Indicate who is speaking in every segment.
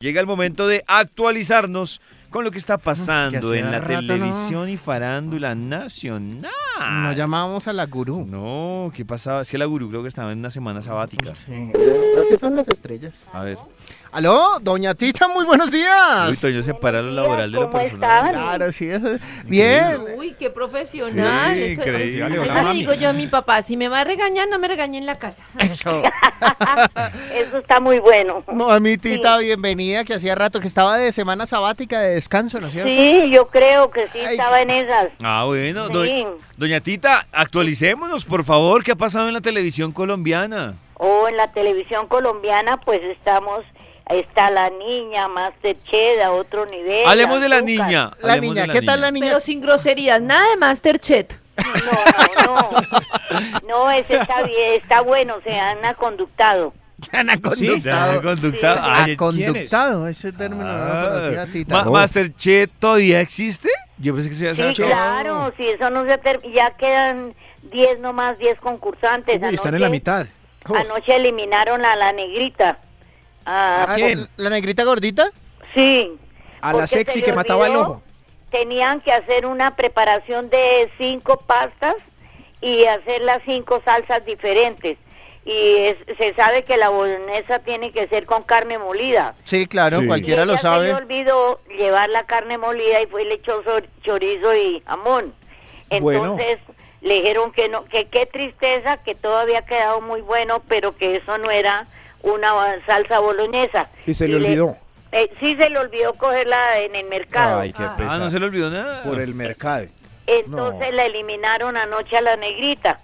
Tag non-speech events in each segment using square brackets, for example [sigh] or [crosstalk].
Speaker 1: Llega el momento de actualizarnos con lo que está pasando
Speaker 2: Que
Speaker 1: en
Speaker 2: hace
Speaker 1: la
Speaker 2: rato no.
Speaker 1: televisión y farándula nacional.
Speaker 2: No llamábamos a la gurú.
Speaker 1: No, ¿qué pasaba? Es que la gurú creo que estaba en una semana sabática.
Speaker 2: Sí, así son las estrellas.
Speaker 1: A ver,
Speaker 2: Aló, doña Tita, muy buenos
Speaker 1: uy,
Speaker 2: días.
Speaker 1: Toño, separa lo laboral de lo
Speaker 3: Ah. ¿Cómo
Speaker 1: personal.
Speaker 3: están?
Speaker 2: Claro, sí. eso- Bien.
Speaker 4: Uy, qué profesional.
Speaker 1: Sí,
Speaker 4: eso,
Speaker 1: increíble.
Speaker 4: eso
Speaker 1: Hola,
Speaker 4: le
Speaker 1: mami.
Speaker 4: digo yo a mi papá, si me va a regañar, no me regañe en la casa.
Speaker 2: Eso.
Speaker 3: Eso está muy bueno.
Speaker 2: No, mi Tita, bienvenida, que hacía rato que estaba de semana sabática de descanso, ¿no es cierto?
Speaker 3: Sí, yo creo que sí
Speaker 2: Ay.
Speaker 3: estaba en esas.
Speaker 1: Ah, bueno, do-
Speaker 3: Sí.
Speaker 1: doña Tita, actualicémonos, por favor, ¿qué ha pasado en la televisión colombiana?
Speaker 3: O en la televisión colombiana, pues estamos. Está la niña, Masterchef, a otro nivel.
Speaker 1: Hablemos de la
Speaker 3: Azúcar.
Speaker 1: niña.
Speaker 2: La
Speaker 1: hablemos
Speaker 2: niña,
Speaker 1: de
Speaker 2: ¿qué tal la niña?
Speaker 4: Pero sin groserías, nada de Masterchef.
Speaker 3: No, no, no. No, ese está bien, está bueno, se han aconductado.
Speaker 2: Han
Speaker 1: Ya,
Speaker 2: aconductado.
Speaker 1: conductado. Ay,
Speaker 2: Aconductado, Ah, ese término no lo conocía,
Speaker 1: Ah,
Speaker 2: Tita. Oh.
Speaker 1: Ma- ¿Masterchef todavía existe? Yo pensé que se iba a
Speaker 3: Sí,
Speaker 1: hacer-
Speaker 3: claro, si eso no se termina. Ya quedan 10 nomás, 10 concursantes.
Speaker 5: Uy, están en la
Speaker 3: Anoche-
Speaker 5: mitad.
Speaker 3: Anoche eliminaron a la negrita. Ah,
Speaker 2: Ah, ¿con- ¿La negrita gordita?
Speaker 3: Sí.
Speaker 5: A la
Speaker 3: porque
Speaker 5: sexy
Speaker 3: se le
Speaker 5: que mataba el
Speaker 3: olvidó,
Speaker 5: ojo.
Speaker 3: Tenían que hacer una preparación de cinco pastas y hacer las cinco salsas diferentes. Y es- se sabe que la boloñesa tiene que ser con carne molida.
Speaker 2: Sí, claro,
Speaker 5: Sí.
Speaker 2: cualquiera
Speaker 3: Y
Speaker 2: lo
Speaker 3: ella Se le
Speaker 2: sabe.
Speaker 3: olvidó llevar la carne molida y fue y le echó so- chorizo y jamón.
Speaker 5: Bueno.
Speaker 3: Entonces le dijeron que no, que qué tristeza, que todo había quedado muy bueno, pero que eso no era una ba- salsa boloñesa.
Speaker 5: Y se le olvidó.
Speaker 3: eh, sí se le olvidó cogerla en el mercado.
Speaker 5: Ay, qué
Speaker 4: Ah,
Speaker 1: Ah,
Speaker 5: pesar.
Speaker 1: no se le olvidó nada.
Speaker 5: Por el mercado.
Speaker 3: Entonces
Speaker 5: No.
Speaker 3: la eliminaron anoche a la negrita.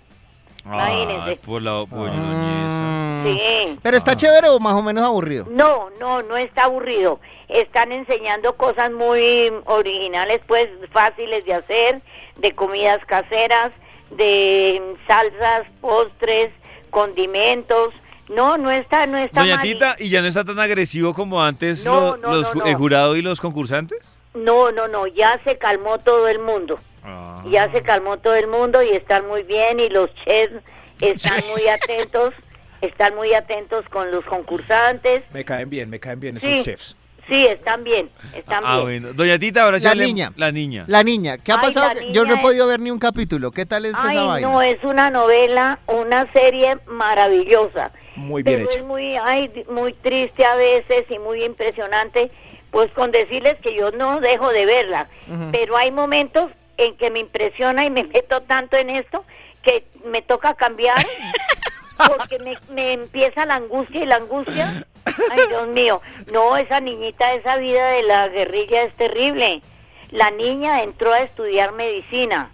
Speaker 1: Ah,
Speaker 3: Imagínese.
Speaker 1: por la
Speaker 5: Ah.
Speaker 1: boloñesa.
Speaker 2: Mm.
Speaker 3: Sí.
Speaker 2: Pero
Speaker 1: Ah.
Speaker 2: está chévere o más o menos aburrido.
Speaker 3: No, no, no está aburrido. Están enseñando cosas muy originales, pues fáciles de hacer, de comidas caseras, de salsas, postres, condimentos. No, no está, no está
Speaker 1: Doña
Speaker 3: mal.
Speaker 1: Tita, ¿y ya no está tan agresivo como antes
Speaker 3: No,
Speaker 1: lo-
Speaker 3: no,
Speaker 1: los
Speaker 3: no,
Speaker 1: ju- el
Speaker 3: no.
Speaker 1: jurado y los concursantes?
Speaker 3: No, no, no, ya se calmó todo el mundo. Ya
Speaker 1: Ah.
Speaker 3: se calmó todo el mundo y están muy bien y los chefs
Speaker 1: [laughs]
Speaker 3: están muy atentos, están muy atentos con los concursantes.
Speaker 5: Me caen bien, me caen bien esos
Speaker 3: Sí.
Speaker 5: chefs.
Speaker 3: Sí, están bien, están
Speaker 1: Ah,
Speaker 3: bien.
Speaker 1: bueno. Doña Tita, ahora sí
Speaker 2: La
Speaker 1: hablemos-
Speaker 2: niña.
Speaker 1: La niña.
Speaker 2: La niña, ¿qué ha
Speaker 3: Ay,
Speaker 2: pasado?
Speaker 3: la
Speaker 2: Yo no he
Speaker 3: niña es-
Speaker 2: podido ver ni un capítulo. ¿Qué tal es
Speaker 3: Ay,
Speaker 2: esa vaina?
Speaker 3: no, es una novela, una serie maravillosa.
Speaker 5: Muy bien
Speaker 3: Pero
Speaker 5: hecha.
Speaker 3: es muy, ay, di- muy triste a veces y muy impresionante, pues con decirles que yo no dejo de verla, pero hay momentos en que me impresiona y me [laughs] meto tanto en esto que me toca
Speaker 2: [laughs]
Speaker 3: cambiar porque me, me empieza la angustia y la angustia. Ay, Dios mío, no, esa niñita, esa vida de la guerrilla es terrible. La niña entró a estudiar medicina.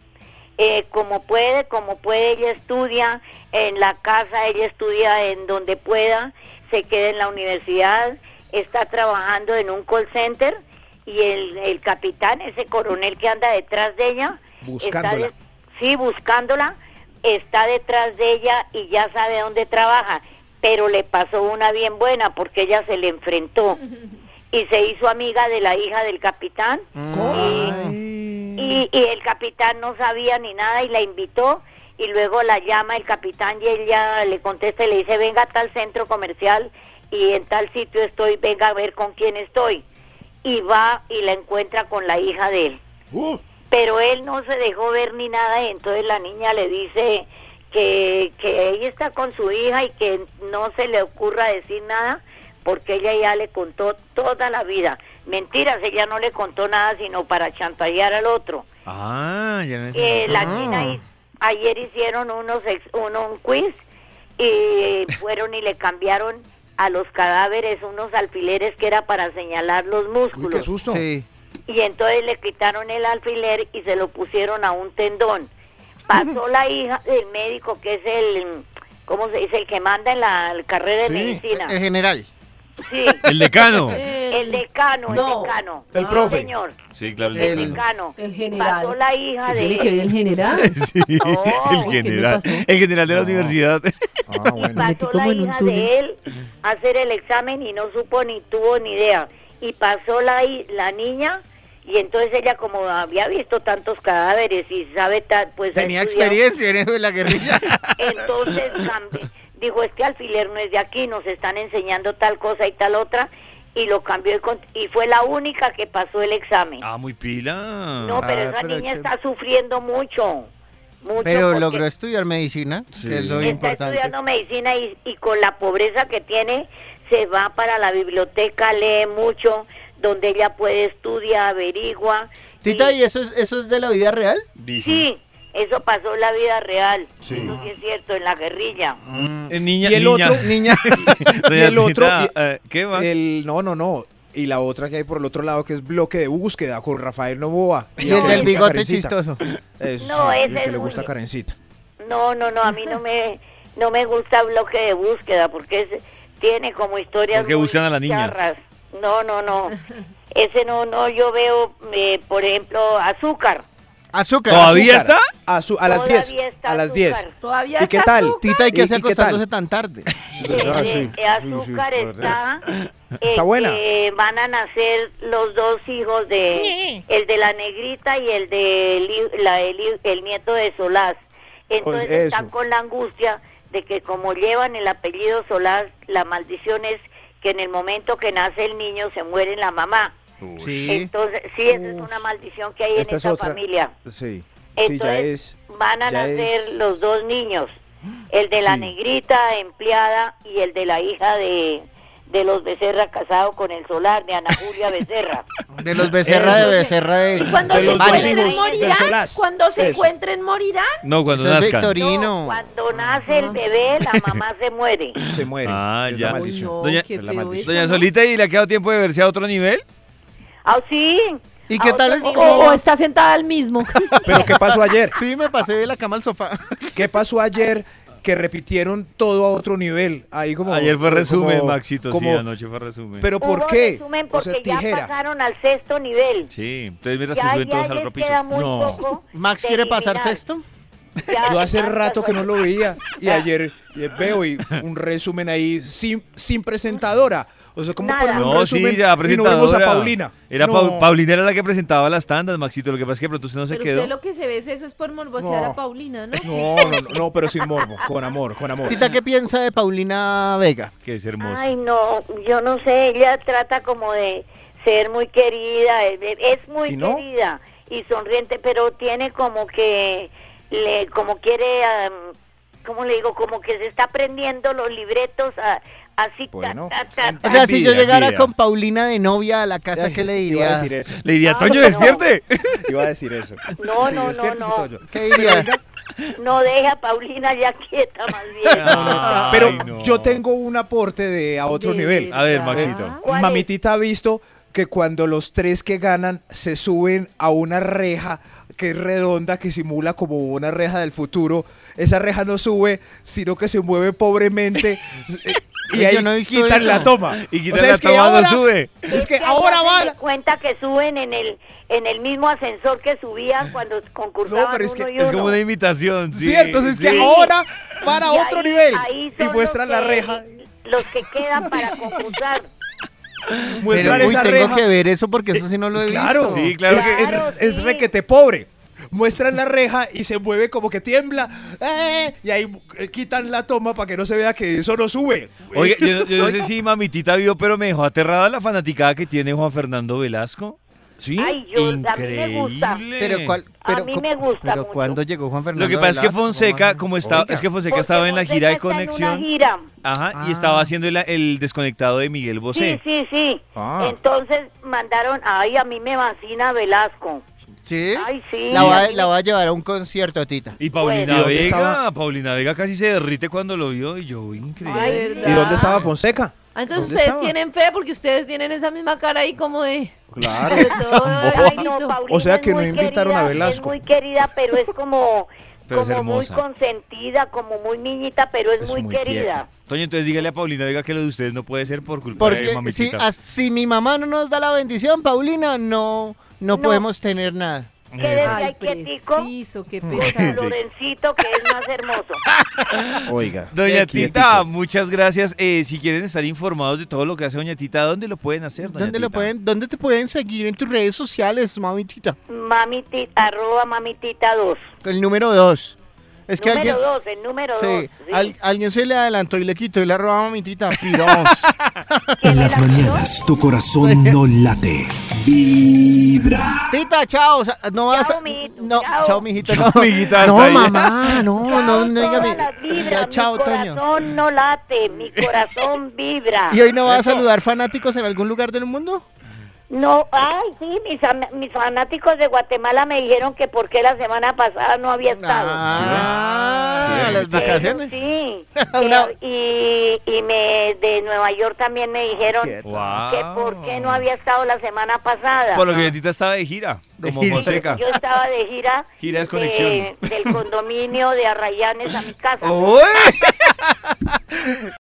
Speaker 3: Eh, como puede, como puede, ella estudia en la casa, ella estudia en donde pueda, se queda en la universidad, está trabajando en un call center y el, el capitán, ese coronel que anda detrás de ella,
Speaker 5: Buscándola.
Speaker 3: está sí, buscándola, está detrás de ella y ya sabe dónde trabaja, pero le pasó una bien buena porque ella se le enfrentó y se hizo amiga de la hija del capitán y, y el capitán no sabía ni nada y la invitó y luego la llama el capitán y ella le contesta y le dice venga a tal centro comercial y en tal sitio estoy, venga a ver con quién estoy. Y va y la encuentra con la hija de él.
Speaker 5: Uh,
Speaker 3: Pero él no se dejó ver ni nada y entonces la niña le dice que, que ella está con su hija y que no se le ocurra decir nada porque ella ya le contó toda la vida. Mentiras, ella no le contó nada sino para chantajear al otro.
Speaker 1: Ah, ya no
Speaker 3: Eh, la
Speaker 2: Ah.
Speaker 3: china hi- ayer hicieron unos ex- uno, un quiz y fueron y le cambiaron a los cadáveres unos alfileres que era para señalar los
Speaker 5: uy, qué
Speaker 3: músculos
Speaker 5: susto.
Speaker 2: Sí.
Speaker 3: y entonces le quitaron el alfiler y se lo pusieron a un tendón.
Speaker 5: [laughs]
Speaker 3: Pasó la hija del médico que es el ¿cómo se dice? el que manda en la carrera
Speaker 5: Sí, Eh,
Speaker 3: de medicina.
Speaker 2: En general.
Speaker 3: Sí,
Speaker 1: Ah. El decano.
Speaker 3: [laughs] el decano,
Speaker 4: No.
Speaker 3: el decano.
Speaker 5: El
Speaker 3: Sí,
Speaker 5: profe.
Speaker 3: señor.
Speaker 1: Sí, claro,
Speaker 3: El
Speaker 1: el
Speaker 2: El-
Speaker 1: decano. [laughs]
Speaker 3: decano.
Speaker 4: El general.
Speaker 3: Pasó la hija de
Speaker 4: ¿Tiene que ver el general?
Speaker 1: Sí,
Speaker 3: No.
Speaker 1: el
Speaker 3: ¿Qué
Speaker 4: le
Speaker 1: general.
Speaker 4: pasó?
Speaker 1: El general de la
Speaker 3: [laughs]
Speaker 5: No.
Speaker 1: universidad. [laughs]
Speaker 5: Ah,
Speaker 3: y
Speaker 5: bueno.
Speaker 4: metí
Speaker 3: pasó la
Speaker 4: como en un
Speaker 3: hija
Speaker 4: túnel.
Speaker 3: de él a hacer el examen y no supo ni tuvo ni idea. Y pasó la, hi- la niña y entonces ella como había visto tantos cadáveres y sabe tal, pues... ha
Speaker 2: Tenía
Speaker 3: estudiado,
Speaker 2: experiencia en la guerrilla.
Speaker 3: Entonces cambi- dijo, este alfiler no es de aquí, nos están enseñando tal cosa y tal otra. y lo cambió de cont- y fue la única que pasó el examen.
Speaker 1: Ah, muy pila.
Speaker 3: no, pero
Speaker 2: Ah,
Speaker 3: esa
Speaker 2: pero
Speaker 3: niña
Speaker 2: che-
Speaker 3: está sufriendo mucho.
Speaker 2: [laughs]
Speaker 3: mucho
Speaker 2: Pero
Speaker 3: porque
Speaker 2: logró estudiar medicina,
Speaker 1: Sí.
Speaker 2: que es lo
Speaker 1: Está
Speaker 3: Está
Speaker 2: importante.
Speaker 3: estudiando medicina y, y con la pobreza que tiene se va para la biblioteca, lee mucho, donde ella puede estudia, averigua.
Speaker 2: Tita, ¿y eso es, eso es de la vida real?
Speaker 1: Dicen.
Speaker 3: Sí, eso pasó en la vida real.
Speaker 5: Sí.
Speaker 3: Eso sí es cierto, en la guerrilla.
Speaker 1: Eh, niña,
Speaker 5: Y el
Speaker 1: niña.
Speaker 2: [laughs]
Speaker 5: otro, niña. y
Speaker 1: [laughs] Doña
Speaker 5: el otro,
Speaker 1: Tita,
Speaker 5: y-
Speaker 1: eh, ¿Qué más?
Speaker 5: el, no, no, no. Y la otra que hay por el otro lado que es bloque de búsqueda con Rafael Novoa.
Speaker 2: Y
Speaker 5: el
Speaker 2: el del
Speaker 5: que le gusta
Speaker 2: bigote
Speaker 5: Karencita.
Speaker 2: chistoso.
Speaker 5: Eso
Speaker 3: No,
Speaker 5: sí,
Speaker 3: ese
Speaker 5: el que
Speaker 3: es
Speaker 5: le gusta
Speaker 3: muy-
Speaker 5: Karencita.
Speaker 3: No, no, no, a mí no me, no me gusta bloque de búsqueda porque es- tiene como historias.
Speaker 1: Porque
Speaker 3: muy
Speaker 1: buscan a la niña.
Speaker 3: charras. No, no, no. Ese no, no, yo veo, eh, por ejemplo, azúcar.
Speaker 2: Azúcar.
Speaker 1: ¿Todavía
Speaker 2: azúcar.
Speaker 1: está?
Speaker 5: A, su- a las
Speaker 3: Todavía
Speaker 5: 10.
Speaker 3: está
Speaker 5: A las 10.
Speaker 3: azúcar.
Speaker 4: [laughs] Todavía
Speaker 5: ¿Y
Speaker 4: está
Speaker 5: qué tal?
Speaker 4: azúcar.
Speaker 2: Tita, ¿y qué
Speaker 5: ¿Y-
Speaker 2: hace
Speaker 5: y qué tal?
Speaker 2: acostándose tan tarde?
Speaker 5: Ah,
Speaker 3: Eh,
Speaker 5: sí,
Speaker 3: eh, azúcar está. eh,
Speaker 5: Está buena.
Speaker 3: que van a nacer los dos hijos de. El de la negrita y el de Li- la- el, hi- el nieto de Solás. Entonces
Speaker 5: Pues
Speaker 3: están
Speaker 5: eso.
Speaker 3: con la angustia de que, como llevan el apellido Solás, la maldición es que en el momento que nace el niño se muere la mamá.
Speaker 2: Sí.
Speaker 3: Entonces, sí, esa es una maldición que hay en
Speaker 5: Esta es
Speaker 3: esa
Speaker 5: otra.
Speaker 3: familia.
Speaker 5: Sí. Sí, ya
Speaker 3: Entonces
Speaker 5: es.
Speaker 3: van a
Speaker 5: ya
Speaker 3: nacer
Speaker 5: es-
Speaker 3: los dos niños, el de la
Speaker 5: Sí.
Speaker 3: negrita empleada y el de la hija de, de los Becerra casado con el solar de Ana
Speaker 5: [laughs]
Speaker 3: Julia Becerra.
Speaker 2: De los becerra
Speaker 5: Eso.
Speaker 2: de becerra de.
Speaker 4: Y cuando
Speaker 5: De
Speaker 4: se
Speaker 5: los dos
Speaker 4: encuentren
Speaker 5: hijos del
Speaker 4: morirán.
Speaker 5: Solaz.
Speaker 4: Cuando se
Speaker 5: Eso.
Speaker 4: encuentren morirán.
Speaker 1: No, cuando
Speaker 2: Eso es
Speaker 1: nazcan.
Speaker 2: Victoria.
Speaker 3: No,
Speaker 2: Torino.
Speaker 3: cuando nace el bebé la mamá se muere.
Speaker 5: Se muere.
Speaker 1: Ah,
Speaker 5: es
Speaker 1: ya.
Speaker 5: la maldición.
Speaker 4: Uy, no,
Speaker 1: Doña-
Speaker 4: qué
Speaker 5: es la
Speaker 4: feo
Speaker 5: maldición.
Speaker 4: eso,
Speaker 1: Doña
Speaker 4: ¿no?
Speaker 1: Solita, ¿y le ha quedado tiempo de verse a otro nivel?
Speaker 3: Ah, sí.
Speaker 2: ¿Y
Speaker 3: a
Speaker 2: qué
Speaker 3: otro
Speaker 2: tal es-
Speaker 4: O,
Speaker 3: nivel.
Speaker 2: Oh,
Speaker 4: o está sentada al mismo.
Speaker 5: Pero ¿qué pasó ayer?
Speaker 2: Sí, me pasé de la cama al sofá. [laughs]
Speaker 5: ¿Qué pasó ayer? Que repitieron todo a otro nivel. Ahí como.
Speaker 1: Ayer fue resumen,
Speaker 5: como-
Speaker 1: Maxito.
Speaker 5: como-
Speaker 1: sí, anoche fue resumen.
Speaker 5: Pero ¿por
Speaker 3: Hubo
Speaker 5: qué?
Speaker 3: resumen
Speaker 5: O sea,
Speaker 3: porque ya
Speaker 5: tijera.
Speaker 3: pasaron al sexto nivel.
Speaker 1: sí, entonces mientras se
Speaker 3: Ya,
Speaker 1: suben
Speaker 3: ya
Speaker 1: todos al
Speaker 3: les
Speaker 1: ropizo.
Speaker 3: queda muy
Speaker 5: No.
Speaker 3: poco.
Speaker 2: ¿Max
Speaker 3: de
Speaker 2: quiere pasar
Speaker 3: eliminar.
Speaker 2: sexto?
Speaker 3: Ya
Speaker 5: Yo hace
Speaker 3: están
Speaker 5: rato que no lo
Speaker 3: pasando.
Speaker 5: veía y ayer eh, veo y un resumen ahí sin, sin presentadora. O sea, ¿cómo
Speaker 3: Nada.
Speaker 5: ponen un
Speaker 1: No,
Speaker 5: resumen
Speaker 1: sí, ya
Speaker 5: y no vemos a
Speaker 1: presentadora.
Speaker 5: Paulina?
Speaker 1: Era
Speaker 5: No.
Speaker 1: Pau- Paulina era la que presentaba las tandas, Maxito. Lo que pasa es que de pronto usted no se
Speaker 4: Pero
Speaker 1: quedó.
Speaker 4: usted lo que se ve es eso es por morbosear
Speaker 5: No.
Speaker 4: a Paulina, ¿no?
Speaker 5: No, no, no, no, pero sin morbo, con amor, con amor.
Speaker 2: Tita, ¿qué piensa de Paulina Vega?
Speaker 1: Que es hermoso.
Speaker 3: Ay, no, yo no sé, ella trata como de ser muy querida, es- es muy
Speaker 5: ¿Y no?
Speaker 3: querida y sonriente, pero tiene como que, le, como quiere, am, ¿cómo le digo? Como que se está aprendiendo los libretos a- así. ta,
Speaker 5: Bueno.
Speaker 3: ta, ta,
Speaker 2: O
Speaker 3: ta.
Speaker 2: sea, si
Speaker 1: Envidia,
Speaker 2: yo llegara
Speaker 1: envidia.
Speaker 2: con Paulina de novia a la casa, ¿qué le
Speaker 5: Iba a
Speaker 2: diría?
Speaker 5: decir eso.
Speaker 1: Le diría,
Speaker 3: Ah,
Speaker 1: Toño,
Speaker 3: no.
Speaker 1: despierte.
Speaker 5: Iba a decir eso.
Speaker 3: No, no, no,
Speaker 5: despiértese,
Speaker 3: no.
Speaker 5: Toño.
Speaker 2: ¿Qué diría?
Speaker 5: pues,
Speaker 3: No deja a Paulina ya quieta más bien.
Speaker 1: No, no, no.
Speaker 5: Pero
Speaker 1: Ay, no.
Speaker 5: yo tengo un aporte de a otro
Speaker 4: De
Speaker 5: nivel.
Speaker 1: A ver,
Speaker 4: verdad.
Speaker 1: Maxito.
Speaker 3: ¿Cuál es?
Speaker 5: Mamitita ha visto que cuando los tres que ganan se suben a una reja que es redonda, que simula como una reja del futuro, esa reja no sube, sino que se
Speaker 3: [laughs]
Speaker 5: mueve pobremente. eh, y
Speaker 2: Yo
Speaker 5: ahí
Speaker 2: no he visto
Speaker 5: quitan
Speaker 2: eso.
Speaker 5: la toma.
Speaker 1: Y
Speaker 5: O
Speaker 1: quitar
Speaker 5: sea,
Speaker 1: la
Speaker 5: es que
Speaker 1: toma
Speaker 5: ahora-
Speaker 1: no sube.
Speaker 5: Es que
Speaker 3: ya
Speaker 5: ahora
Speaker 3: se
Speaker 5: va.
Speaker 3: dan cuenta que suben en el en el mismo ascensor que subían cuando concursaban
Speaker 5: No, pero es que-
Speaker 3: uno y uno.
Speaker 1: [laughs] Es como una imitación. sí,
Speaker 5: Cierto, es que
Speaker 1: sí.
Speaker 5: ahora van a
Speaker 3: Y
Speaker 5: otro
Speaker 3: ahí-
Speaker 5: nivel.
Speaker 3: ahí
Speaker 5: Y
Speaker 3: son
Speaker 5: muestran
Speaker 3: los
Speaker 5: la
Speaker 3: que-
Speaker 5: reja.
Speaker 3: Los que quedan
Speaker 1: [laughs]
Speaker 3: para concursar.
Speaker 2: Pero,
Speaker 5: Muestran
Speaker 2: uy,
Speaker 5: esa
Speaker 2: tengo
Speaker 5: reja.
Speaker 2: que ver eso porque eso sí no lo he
Speaker 5: Claro,
Speaker 2: visto.
Speaker 1: Sí, claro
Speaker 5: es,
Speaker 1: que-
Speaker 5: es-
Speaker 3: Claro,
Speaker 5: es
Speaker 3: sí.
Speaker 5: requete pobre. Muestran la reja y se mueve como que tiembla. ¡eh! Y ahí eh, quitan la toma para que no se vea que eso no sube.
Speaker 1: Oye, yo, yo no sé si mamitita vio, pero me dejó aterrada la fanaticada que tiene Juan Fernando Velasco.
Speaker 5: sí.
Speaker 3: Ay, yo, a mí me
Speaker 1: Increíble.
Speaker 3: gusta.
Speaker 2: Pero, ¿cuál,
Speaker 3: A
Speaker 2: pero,
Speaker 3: mí
Speaker 2: cu-
Speaker 3: me gusta
Speaker 2: Pero
Speaker 3: mucho.
Speaker 2: cuando llegó Juan Fernando.
Speaker 1: Lo que pasa es que
Speaker 2: Velasco,
Speaker 1: Fonseca,
Speaker 2: mamá?
Speaker 1: como estaba,
Speaker 5: Oiga.
Speaker 1: es que Fonseca
Speaker 3: Porque
Speaker 1: estaba en la
Speaker 3: Fonseca
Speaker 1: gira de
Speaker 3: está en una
Speaker 1: conexión.
Speaker 3: gira.
Speaker 1: Ajá, y
Speaker 2: Ah.
Speaker 1: estaba haciendo el, el desconectado de Miguel
Speaker 3: Sí,
Speaker 1: Bosé.
Speaker 3: sí, sí.
Speaker 5: Ah.
Speaker 3: Entonces mandaron, ay, a mí me vacina Velasco.
Speaker 2: ¿Sí?
Speaker 3: Ay, sí.
Speaker 2: La va,
Speaker 3: Y-
Speaker 2: la va a llevar a un concierto, Tita.
Speaker 1: Y Paulina
Speaker 3: ¿Y
Speaker 5: dónde
Speaker 1: Vega,
Speaker 5: estaba?
Speaker 1: Paulina Vega casi se derrite cuando lo vio y yo, uy, increíble.
Speaker 4: Ay,
Speaker 3: ¿Y
Speaker 4: ¿verdad?
Speaker 5: Fonseca?
Speaker 4: Ah, Entonces
Speaker 5: ¿Dónde
Speaker 4: ustedes
Speaker 5: estaba?
Speaker 4: tienen fe porque ustedes tienen esa misma cara ahí como de...
Speaker 5: Claro.
Speaker 4: Pero todo
Speaker 3: Ay, no,
Speaker 4: éxito.
Speaker 3: Paulina
Speaker 5: O sea
Speaker 3: es
Speaker 5: que no
Speaker 3: muy
Speaker 5: invitaron a
Speaker 3: querida,
Speaker 5: Velasco.
Speaker 3: Es muy querida, pero es como,
Speaker 1: [laughs] Pero es
Speaker 3: como muy
Speaker 1: hermosa.
Speaker 3: consentida, como muy niñita, pero es,
Speaker 5: Es
Speaker 3: muy,
Speaker 5: muy
Speaker 3: querida.
Speaker 5: tierna.
Speaker 1: Toño, entonces dígale a Paulina Vega que lo de ustedes no puede ser por culpa de
Speaker 2: Porque si,
Speaker 1: mamitita.
Speaker 2: as- si mi mamá no nos da la bendición, Paulina, no, no,
Speaker 3: No.
Speaker 2: podemos tener nada.
Speaker 3: Que desde ahí
Speaker 4: Ay,
Speaker 3: quietico,
Speaker 4: preciso, qué
Speaker 3: con
Speaker 4: pesado.
Speaker 3: Lorencito, que es más
Speaker 5: [laughs]
Speaker 3: hermoso.
Speaker 5: Oiga.
Speaker 1: Doña Tita, muchas gracias. Eh, si quieren estar informados de todo lo que hace Doña Tita, ¿dónde lo pueden hacer? Doña
Speaker 2: ¿Dónde, lo
Speaker 1: Tita? [laughs]
Speaker 2: pueden, ¿Dónde te pueden seguir en tus redes sociales, mami Tita?
Speaker 3: Mamitita, arroba mamitita 2.
Speaker 2: El número dos. Es que
Speaker 3: número
Speaker 2: alguien.
Speaker 3: dos, el número
Speaker 2: sí,
Speaker 3: dos. sí.
Speaker 2: al- alguien se le adelantó y le quitó y le robó a mi tita. Pirós. [laughs]
Speaker 3: ¿Quién
Speaker 6: En
Speaker 3: me
Speaker 6: las
Speaker 3: la quitó?
Speaker 6: mañanas tu corazón no late. Vibra.
Speaker 2: tita, chao. o sea, No vas
Speaker 3: Chao,
Speaker 2: a.
Speaker 3: mijito,
Speaker 2: No,
Speaker 3: chao.
Speaker 2: chao, mijito.
Speaker 1: Chao,
Speaker 2: no,
Speaker 1: amiguita,
Speaker 2: No,
Speaker 1: hasta ahí.
Speaker 2: mamá, no, no, no,
Speaker 3: todas
Speaker 2: dígame.
Speaker 3: las vibras,
Speaker 2: Ya, chao,
Speaker 3: mi
Speaker 2: Toño.
Speaker 3: corazón no late,
Speaker 2: [laughs]
Speaker 3: mi corazón vibra.
Speaker 2: ¿Y hoy no va a
Speaker 3: Eso.
Speaker 2: saludar fanáticos en algún lugar del mundo?
Speaker 3: No, ay, sí, mis, am- mis fanáticos de Guatemala me dijeron que por qué la semana pasada no había estado.
Speaker 2: Ah,
Speaker 1: Sí,
Speaker 2: las
Speaker 1: sí.
Speaker 2: vacaciones. [laughs]
Speaker 3: Sí.
Speaker 2: Una-
Speaker 3: Eh, y y me, de Nueva York también me dijeron
Speaker 2: Qué
Speaker 3: que por qué no había estado la semana pasada.
Speaker 1: Por lo que Betita estaba de gira,
Speaker 2: De
Speaker 1: como
Speaker 2: gira.
Speaker 1: Fonseca.
Speaker 3: Yo estaba de gira.
Speaker 1: Gira es
Speaker 3: de-
Speaker 1: conexión. [laughs] Oh,
Speaker 3: del condominio de Arrayanes a mi casa.
Speaker 1: ¡Uy!